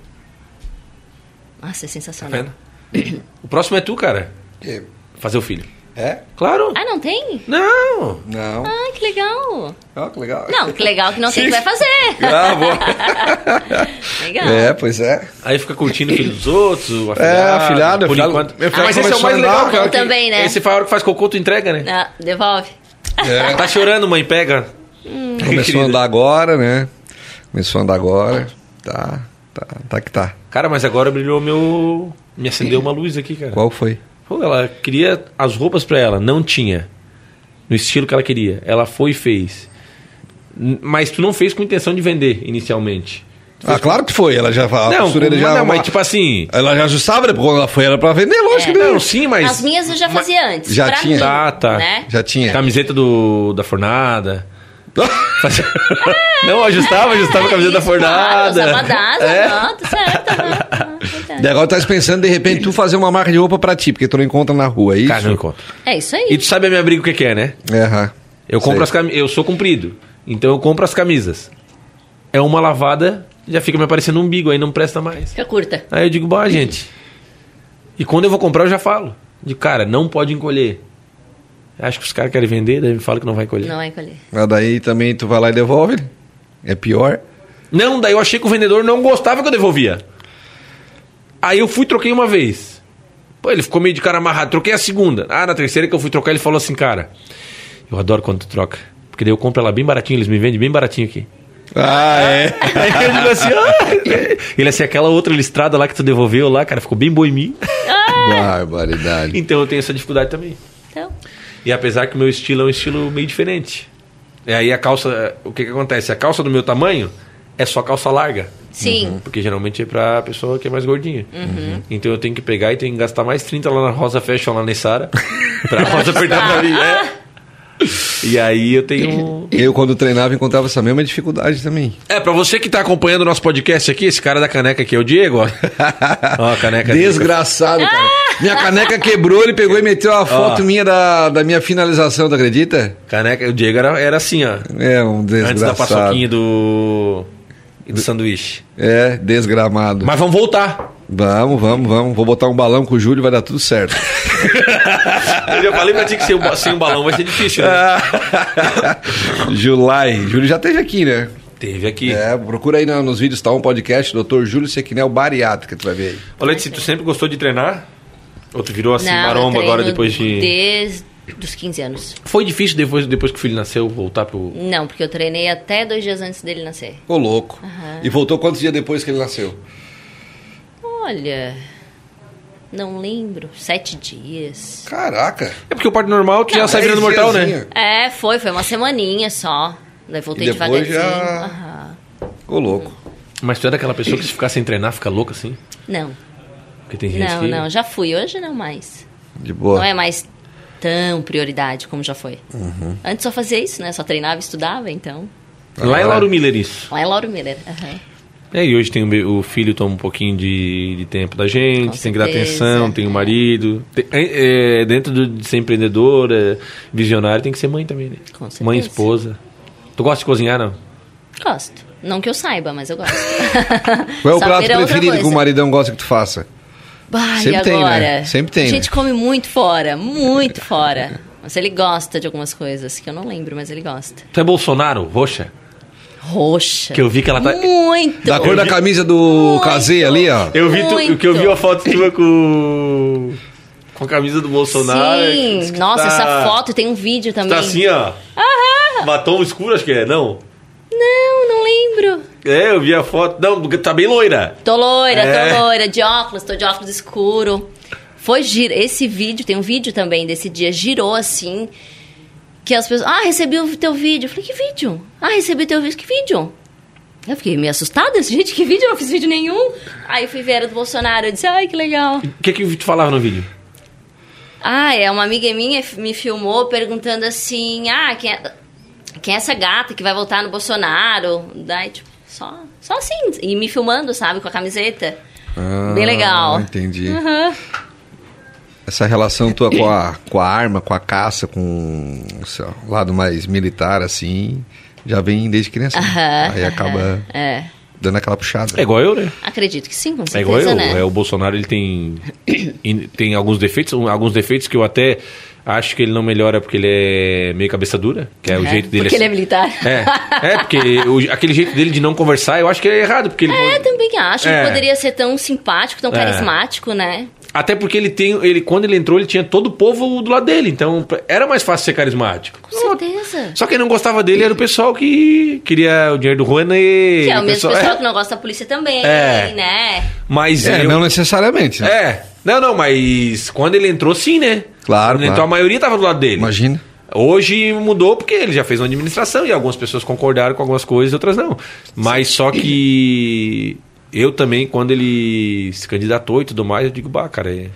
Nossa, é Tá sensacional. vendo? o próximo é tu, cara. Fazer o filho. É? Claro. ah, não tem? Não. Não. Ah, que legal. Ó, que legal. Não, que legal que não tem o (laughs) que vai fazer. (laughs) Ah, boa. Legal. É, pois é. Aí fica curtindo o filho dos outros, o afilhado. afilhado, por afilhado. enquanto. Meu afilhado mas esse é o começou mais a legal, andar. cara. Eu que- também, né? Esse foi a hora que faz cocô, tu entrega, né? Ah, devolve. É. Tá chorando, mãe, pega. Hum. Começou a andar agora, né? Começou a andar agora. Tá, tá, tá que tá. Cara, mas agora brilhou meu. (laughs) Me acendeu uma luz aqui, cara. Qual foi? Pô, ela queria as roupas pra ela, não tinha. No estilo que ela queria. Ela foi e fez. N- Mas tu não fez com intenção de vender inicialmente. Ah, claro que foi. Ela já a não, costureira já. não, mas arrumava- tipo assim. Ela já ajustava, né? Porque quando ela foi, era pra vender, lógico É. que não. Não, sim, mas. As minhas eu já fazia antes. Já pra tinha? Mim, Tá, tá. Né? é. Já tinha. Camiseta do, da (laughs) fornada. Fazia- (laughs) não, ajustava, ajustava a É camiseta da fornada. Claro, (laughs) sabadás, É. não, tá certo. aham, aham, tá certo. E agora tu tá pensando, de repente, tu fazer uma marca de roupa pra ti, porque tu não encontra na rua, é isso? Cara, não encontro. É isso E aí. tu sabe a minha briga o que que é, né? É, aham. Eu compro Sei. as camisas. Eu sou comprido. Então eu compro as camisas. É uma lavada, já fica me aparecendo um umbigo, aí não presta mais. Fica curta. Aí eu digo, bom, gente. E quando eu vou comprar, eu já falo. De cara, não pode encolher. Acho que os caras querem vender, daí me falam que não vai encolher. Não é. Não. vai encolher. Mas daí também tu vai lá e devolve. É pior. daí eu achei que o vendedor não gostava que eu devolvia. Aí eu fui troquei uma vez. Pô, ele ficou meio de cara amarrado. Troquei a segunda. Ah, na terceira que eu fui trocar, ele falou assim, cara. Eu adoro quando tu troca. Porque daí eu compro ela bem baratinho, eles me vendem bem baratinho aqui. Ah, é. (laughs) Aí é eu digo assim, ah! Ele assim, aquela outra listrada lá que tu devolveu lá, cara, ficou bem boemim. Barbaridade. Então eu tenho essa dificuldade também. Então, E apesar que o meu estilo é um estilo meio diferente. E aí a calça, o que que acontece? A calça do meu tamanho é só calça larga. Sim. Uhum. Porque geralmente é pra pessoa que é mais gordinha. Então eu tenho que pegar e tenho que gastar mais 30 lá na Rosa Fashion, lá na Sara, (laughs) pra Rosa apertar pra mim. É. E aí eu tenho. Eu, quando treinava, encontrava essa mesma dificuldade também. (laughs) É, pra você que tá acompanhando o nosso podcast aqui, esse cara da caneca aqui é o Diego, ó. (laughs) Ó, a caneca dele. Desgraçado, cara. Minha caneca quebrou, ele pegou e meteu a foto minha da, da minha finalização, tu acredita? Caneca, o Diego era, era assim, ó. É um Antes da desgraçado. paçoquinha do. e do sanduíche. é, desgramado. Mas vamos voltar. Vamos, vamos, vamos. Vou botar um balão com o Júlio, vai dar tudo (laughs) certo. Eu já falei pra ti que sem, o ba- sem um balão vai ser difícil, né? Julai. Júlio já esteve aqui, né? Teve aqui. É, procura aí na- nos vídeos, tá um podcast, Dr. Júlio Sequinel Bariátrica, tu vai ver aí. Olha, se tu sempre gostou de treinar? Ou tu virou assim não, eu maromba treino agora depois de. Desde os 15 anos. Foi difícil depois, depois que o filho nasceu voltar pro. Não, porque eu treinei até dois dias antes dele nascer. Ô, louco. E voltou quantos dias depois que ele nasceu? Olha, não lembro. Sete dias. Caraca. É porque o parto normal tu já sai virando Dez mortal, né? diazinho. É, foi, foi uma semaninha só. Daí voltei E depois devagarzinho. já- Aham. Ô, louco. Mas tu era aquela pessoa que se ficar sem treinar fica louca assim? Não, Porque tem gente não, que. não, já fui. Hoje não mais. De boa. Não é mais tão prioridade como já foi. Uhum. Antes só fazia isso, né? Só treinava e estudava, então. Lá em Lauro Miller isso. Lá é Lauro Miller. aham. É, e hoje tem o, be- o filho toma um pouquinho de, de tempo da gente, Com tem que dar certeza. atenção, tem o marido. Tem- é, é, dentro do- de ser empreendedora, visionária, tem que ser mãe também, né? Com certeza. Mãe, esposa. Tu gosta de cozinhar, não? Gosto. Não que eu saiba, mas eu gosto. (laughs) Qual é o Saber prato outra preferido coisa. que o maridão gosta que tu faça? Bah, e Sempre tem, né? agora? Sempre tem, A gente né? come muito fora, muito fora. Mas ele gosta de algumas coisas que eu não lembro, mas ele gosta. Tu é Bolsonaro, roxa? Roxa. Que eu vi que ela tá. Muito. Da cor da vi- camisa do Kazê ali, ó. Eu vi tu, Muito. o que eu vi a foto tua com. Com a camisa do Bolsonaro. Sim. que tu Nossa, tá- essa foto tem um vídeo tu também. Tá assim, ó. Batom escuro, acho que é, não? Não, não lembro. É, eu vi a foto. Não, tá bem loira. Tô loira, É. tô loira, de óculos, tô de óculos escuro. Foi giro. Esse vídeo, tem um vídeo também desse dia, girou assim. Que as pessoas. Ah, recebi o teu vídeo. Eu falei, que vídeo? Ah, recebi o teu vídeo, que vídeo? Eu fiquei meio assustada. (laughs) Gente, que vídeo? Eu não fiz vídeo nenhum. Aí fui ver era do Bolsonaro. Eu disse, ai, que legal. O que que tu falava no vídeo? Ah, é uma amiga minha f- me filmou perguntando assim: ah, quem é, quem é essa gata que vai votar no Bolsonaro? Daí, tipo, só, só assim. E me filmando, sabe, com a camiseta. Bem legal. Ah, Entendi. Essa relação tua com a, com a arma, com a caça, com o seu lado mais militar, assim, já vem desde criança. né? Aham, Aí aham. acaba É. dando aquela puxada. É igual eu, né? Acredito que sim, com certeza, É igual eu. né? É, o Bolsonaro ele tem, in- tem alguns defeitos, um- alguns defeitos que eu até acho que ele não melhora porque ele é meio cabeça dura, que é o É, jeito dele. porque ele é assim. militar. É, é porque o- aquele jeito dele de não conversar, eu acho que é errado, porque ele (laughs) É, também acho É. que poderia ser tão simpático, tão É. carismático, né? até porque ele tem, ele quando ele entrou, ele tinha todo o povo do lado dele, então pra- era mais fácil ser carismático. Com certeza. Só quem não gostava dele era o pessoal que queria o dinheiro do Juan e Que é o mesmo pessoal é. que não gosta da polícia também, É. né? Mas É, eu- não necessariamente, né? É. Não, não, mas quando ele entrou, sim, né? Claro, Quando ele claro. entrou, a maioria tava do lado É. dele. Imagina. Hoje mudou porque ele já fez uma administração e algumas pessoas concordaram com algumas coisas, outras não. Mas só que eu também, quando ele se candidatou e tudo mais, eu digo, bah, cara, é,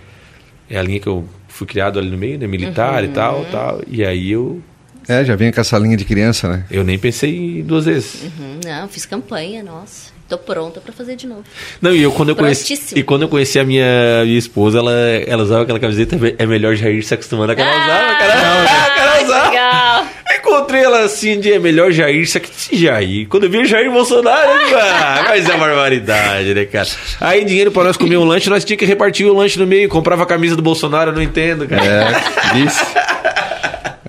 é a linha que eu fui criado ali no meio, né? Militar e tal, tal. E aí eu, É, já vem com essa linha de criança, né? eu nem pensei duas vezes. Uhum, não, fiz campanha, nossa. Tô pronta pra fazer de novo. Não, e eu quando eu conheci. Prontíssimo. E quando eu conheci a minha, minha esposa, ela, ela usava aquela camiseta, é melhor Jair se acostumando a que ela usava, cara. (laughs) que ela que usava. Ah, legal. Encontrei ela assim, de é melhor Jair, só que esse Jair. Quando eu vi o Jair Bolsonaro, eu digo, ah, mas é uma barbaridade, né, cara? Aí dinheiro pra nós comer um lanche, nós tinha que repartir o lanche no meio, comprava a camisa do Bolsonaro, eu não entendo, cara. É, disse.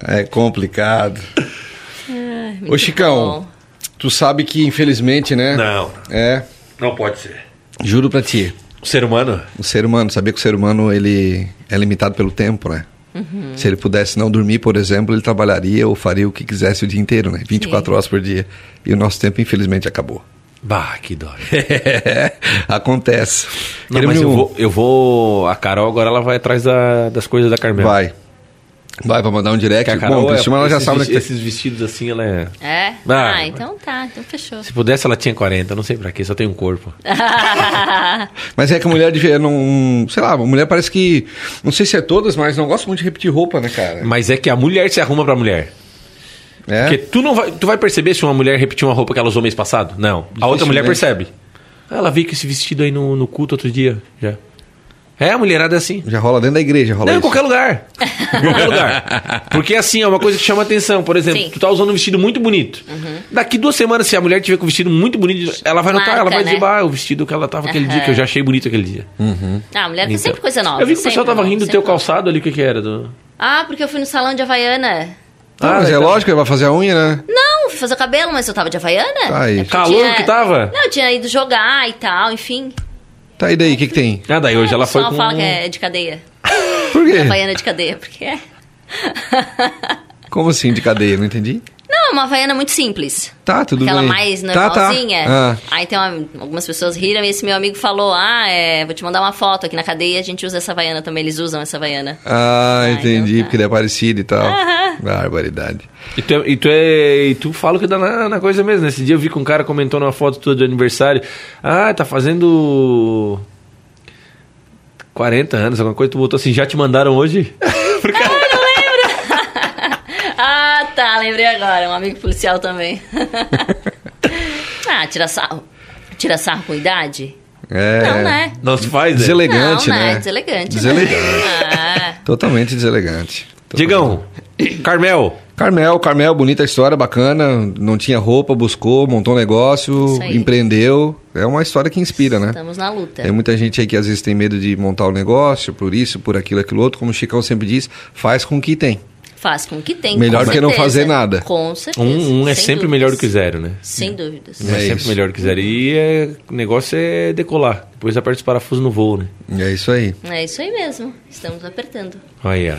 É complicado. Ô, Chicão, bom. tu sabe que, infelizmente, né? Não, É, não pode ser. juro pra ti. O ser humano? O ser humano, sabia que o ser humano ele é limitado pelo tempo, né? Se ele pudesse não dormir, por exemplo, ele trabalharia ou faria o que quisesse o dia inteiro, né? 24 horas por dia. E o nosso tempo, infelizmente, acabou. (laughs) Bah, que dó. Acontece. Não, Queremos mas eu um- vou, eu vou. A Carol agora ela vai atrás da- das coisas da Carmela. Vai. Vai pra mandar um direct. Porque a Carol Bom, Cristina, é- ela já esses sabe onde vesti- é que tá. Esses vestidos assim, ela é. É? Ah, Ah, então tá, então fechou. Se pudesse, ela tinha 40, não sei pra quê, só tem um corpo. É. Mas é que a mulher de não. um, Sei lá, a mulher parece que. Não sei se é todas, mas não gosta muito de repetir roupa, né, cara? Mas é que a mulher se arruma pra mulher. É. Porque tu não vai, tu vai perceber se uma mulher repetiu uma roupa que ela usou mês passado? Não. A outra mulher percebe. Ela veio com esse vestido aí no, no culto outro dia. Já. É, a mulherada é assim. Já rola dentro da igreja, rola Não, em isso. qualquer lugar. Em qualquer lugar. Porque assim, é uma coisa que chama atenção. Por exemplo, Sim. Uhum. tu tá usando um vestido muito bonito. Daqui duas semanas, se a mulher tiver com um vestido muito bonito, ela vai notar, Marca, ela vai né? dizer, ah, o vestido que ela tava aquele dia, que eu já achei bonito aquele dia. Ah, a mulher tem Então. sempre coisa nova. Eu vi que o pessoal sempre tava nova, rindo do sempre teu nova. calçado ali, o que que era? Do... Ah, porque eu fui no salão de Havaiana. Ah, mas é então. lógico, ela vai fazer a unha, né? Não, fui fazer o cabelo, mas eu tava de Havaiana. Tá aí. É porque Calor que tava? Não, eu tinha ido jogar e tal, enfim. Tá aí daí, o que, que tem? Ah, daí hoje ela foi Só com... fala que é de cadeia. um- Por quê? Havaiana de cadeia, porque é. (laughs) Como assim, de cadeia? Não entendi. Não, é uma Havaiana muito simples. Tá, tudo Aquela bem. mais Tá, tá. normalzinha. Ah. Aí tem uma- algumas pessoas riram e esse meu amigo falou: Ah, é, vou te mandar uma foto aqui na cadeia, a gente usa essa Havaiana também, eles usam (laughs) essa Havaiana. Ah, Ah, entendi, então tá. porque ele é parecido e tal. Barbaridade. E tu, é- e tu é- e tu fala o que dá na, na coisa mesmo. né? Esse dia eu vi que um cara comentou numa foto tua de aniversário. Ah, tá fazendo. 40 anos, alguma coisa, tu botou assim, já te mandaram hoje? (laughs) Ah, tá, lembrei agora. Um amigo (laughs) policial também. ah, tira sarro. Tira sarro com idade? É. Não, né? Não se faz, né? Deselegante, não, né? né? Deselegante. né? Deselegante. (laughs) Ah, Totalmente deselegante. (coughs) Digão, Carmel, Carmel, Carmel, bonita história, bacana. Não tinha roupa, buscou, montou um negócio, Isso aí. empreendeu. É uma história que inspira, né? estamos na luta. Tem muita gente aí que às vezes tem medo de montar o negócio, por isso, por aquilo, aquilo outro. Como o Chicão sempre diz, faz com o que tem. Faz com o que tem. Melhor com do que não certeza. fazer nada. Com certeza. um, um é sem sempre dúvidas. melhor do que zero, né? Sem dúvidas. Um é, É sempre isso. melhor do que zero. E é- o negócio é decolar. Depois aperta os parafusos no voo, né? E é isso aí. (laughs) É isso aí mesmo. Estamos apertando. Aí, ó.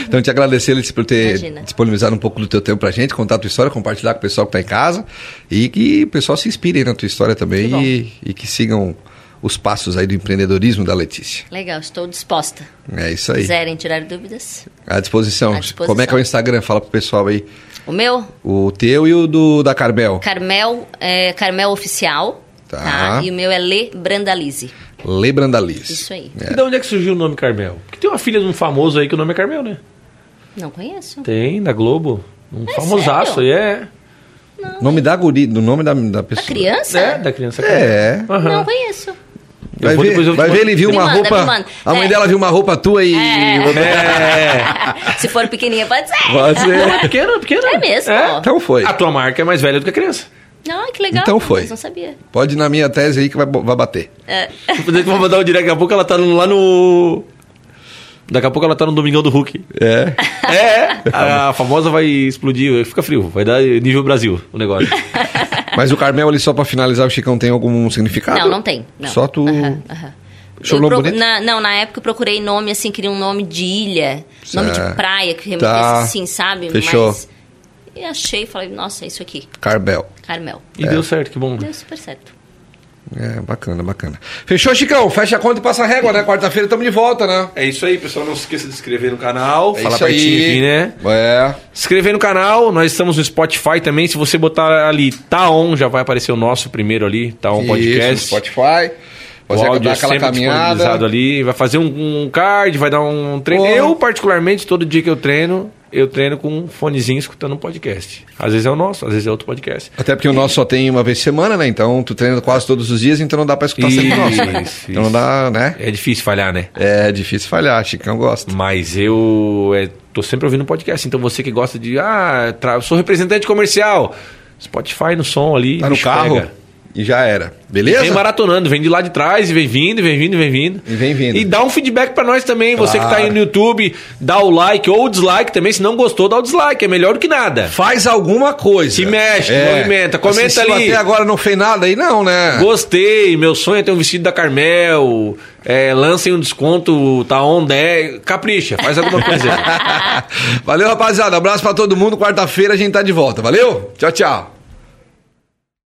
então, te agradecer, Alice, por ter Imagina. disponibilizado um pouco do teu tempo pra gente, contar a tua história, compartilhar com o pessoal que tá em casa e que o pessoal se inspire aí na tua história também Que bom. e, e que sigam os passos aí do empreendedorismo da Letícia. Legal, estou disposta. É isso aí. Quiserem tirar dúvidas? À disposição. À disposição. Como é que é o Instagram? Fala pro pessoal aí. O meu, O teu e o do da Carmel. Carmel, é, Carmel Oficial. Tá. E o meu é Le Brandalize. Lebrandalis. Isso aí. E de onde é que surgiu o nome Carmel? Porque tem uma filha de um famoso aí que o nome é Carmel, né? Não conheço. Tem, da Globo. Um famosaço aí, sério? é. Nome da guri, do nome da, da Da pessoa. criança? É, da criança É. Aham. Não conheço. (laughs) Vai, Eu vou ver, depois eu te vai mando. ver, ele viu Me uma manda, me roupa. manda. A mãe É. dela viu uma roupa tua e. É. Se for pequenininha, pode ser. Pode (laughs) ser. É pequeno, é pequeno. É mesmo? Então foi. A tua marca é mais velha do que a (laughs) criança. Ah, que legal. Então foi. Mas não sabia. É, Pode ir na minha tese aí que vai, bo- vai bater. Depois que eu vou mandar o direct, daqui a pouco ela tá lá no... Daqui a pouco ela tá no Domingão do Hulk. É. É, é. (laughs) A famosa vai explodir, fica frio. Vai dar nível Brasil o negócio. Mas o Carmel ali, só pra finalizar, o Chicão tem algum significado? Não, não tem. Não. Ah, Só tu. Aham, aham. Achou nome Eu bonito? na, não, na época eu procurei nome, assim, queria um nome de ilha, nome Certo. de praia, que remetesse Tá. assim, sabe? Fechou. Mas e achei, falei, nossa, é isso aqui, Carmel. Carmel. E deu certo, que bom. né? Deu super certo. É, bacana, bacana. Fechou, Chicão? Fecha a conta e passa a régua, né? Quarta-feira estamos de volta, né? É isso aí, pessoal. Não se esqueça de se inscrever no canal. É falar isso aí. pertinho aqui, né? É. Se inscrever no canal, nós estamos no Spotify também. Se você botar ali tá on, já vai aparecer o nosso primeiro ali, tá on Isso, podcast. Spotify. O Você áudio dar é aquela sempre disponibilizado caminhada. ali, vai fazer um, um card, vai dar um treino. Boa. Eu, particularmente, todo dia que eu treino, eu treino com um fonezinho escutando um podcast. Às vezes é o nosso, às vezes é outro podcast. Até porque o nosso só tem uma vez por semana, né? Então tu treina quase todos os dias, então não dá pra escutar sempre o nosso, né? Isso, Então não isso. dá, né? É difícil falhar, né? É difícil falhar, Chicão gosta. Mas eu é, tô sempre ouvindo podcast. Então você que gosta de. Ah, tra- eu sou representante comercial. Spotify no som ali. Tá no bicho, carro pega. e já era. Beleza? Vem maratonando, vem de lá de trás e vem vindo, e vem vindo, e vem vindo. E vem vindo. E dá um feedback pra nós também. Você que tá Claro. aí no YouTube, dá o like ou o dislike também. Se não gostou, dá o dislike. É melhor do que nada. Faz alguma coisa. É. Se mexe, movimenta, comenta Assistiu ali. até agora não fez nada aí, não, né? (laughs) Gostei, meu sonho é ter um vestido da Carmel. É, lancem um desconto, tá on 10. Capricha, faz (laughs) alguma coisa. aí. Valeu, rapaziada. Abraço pra todo mundo. Quarta-feira a gente tá de volta. Valeu? Tchau, tchau.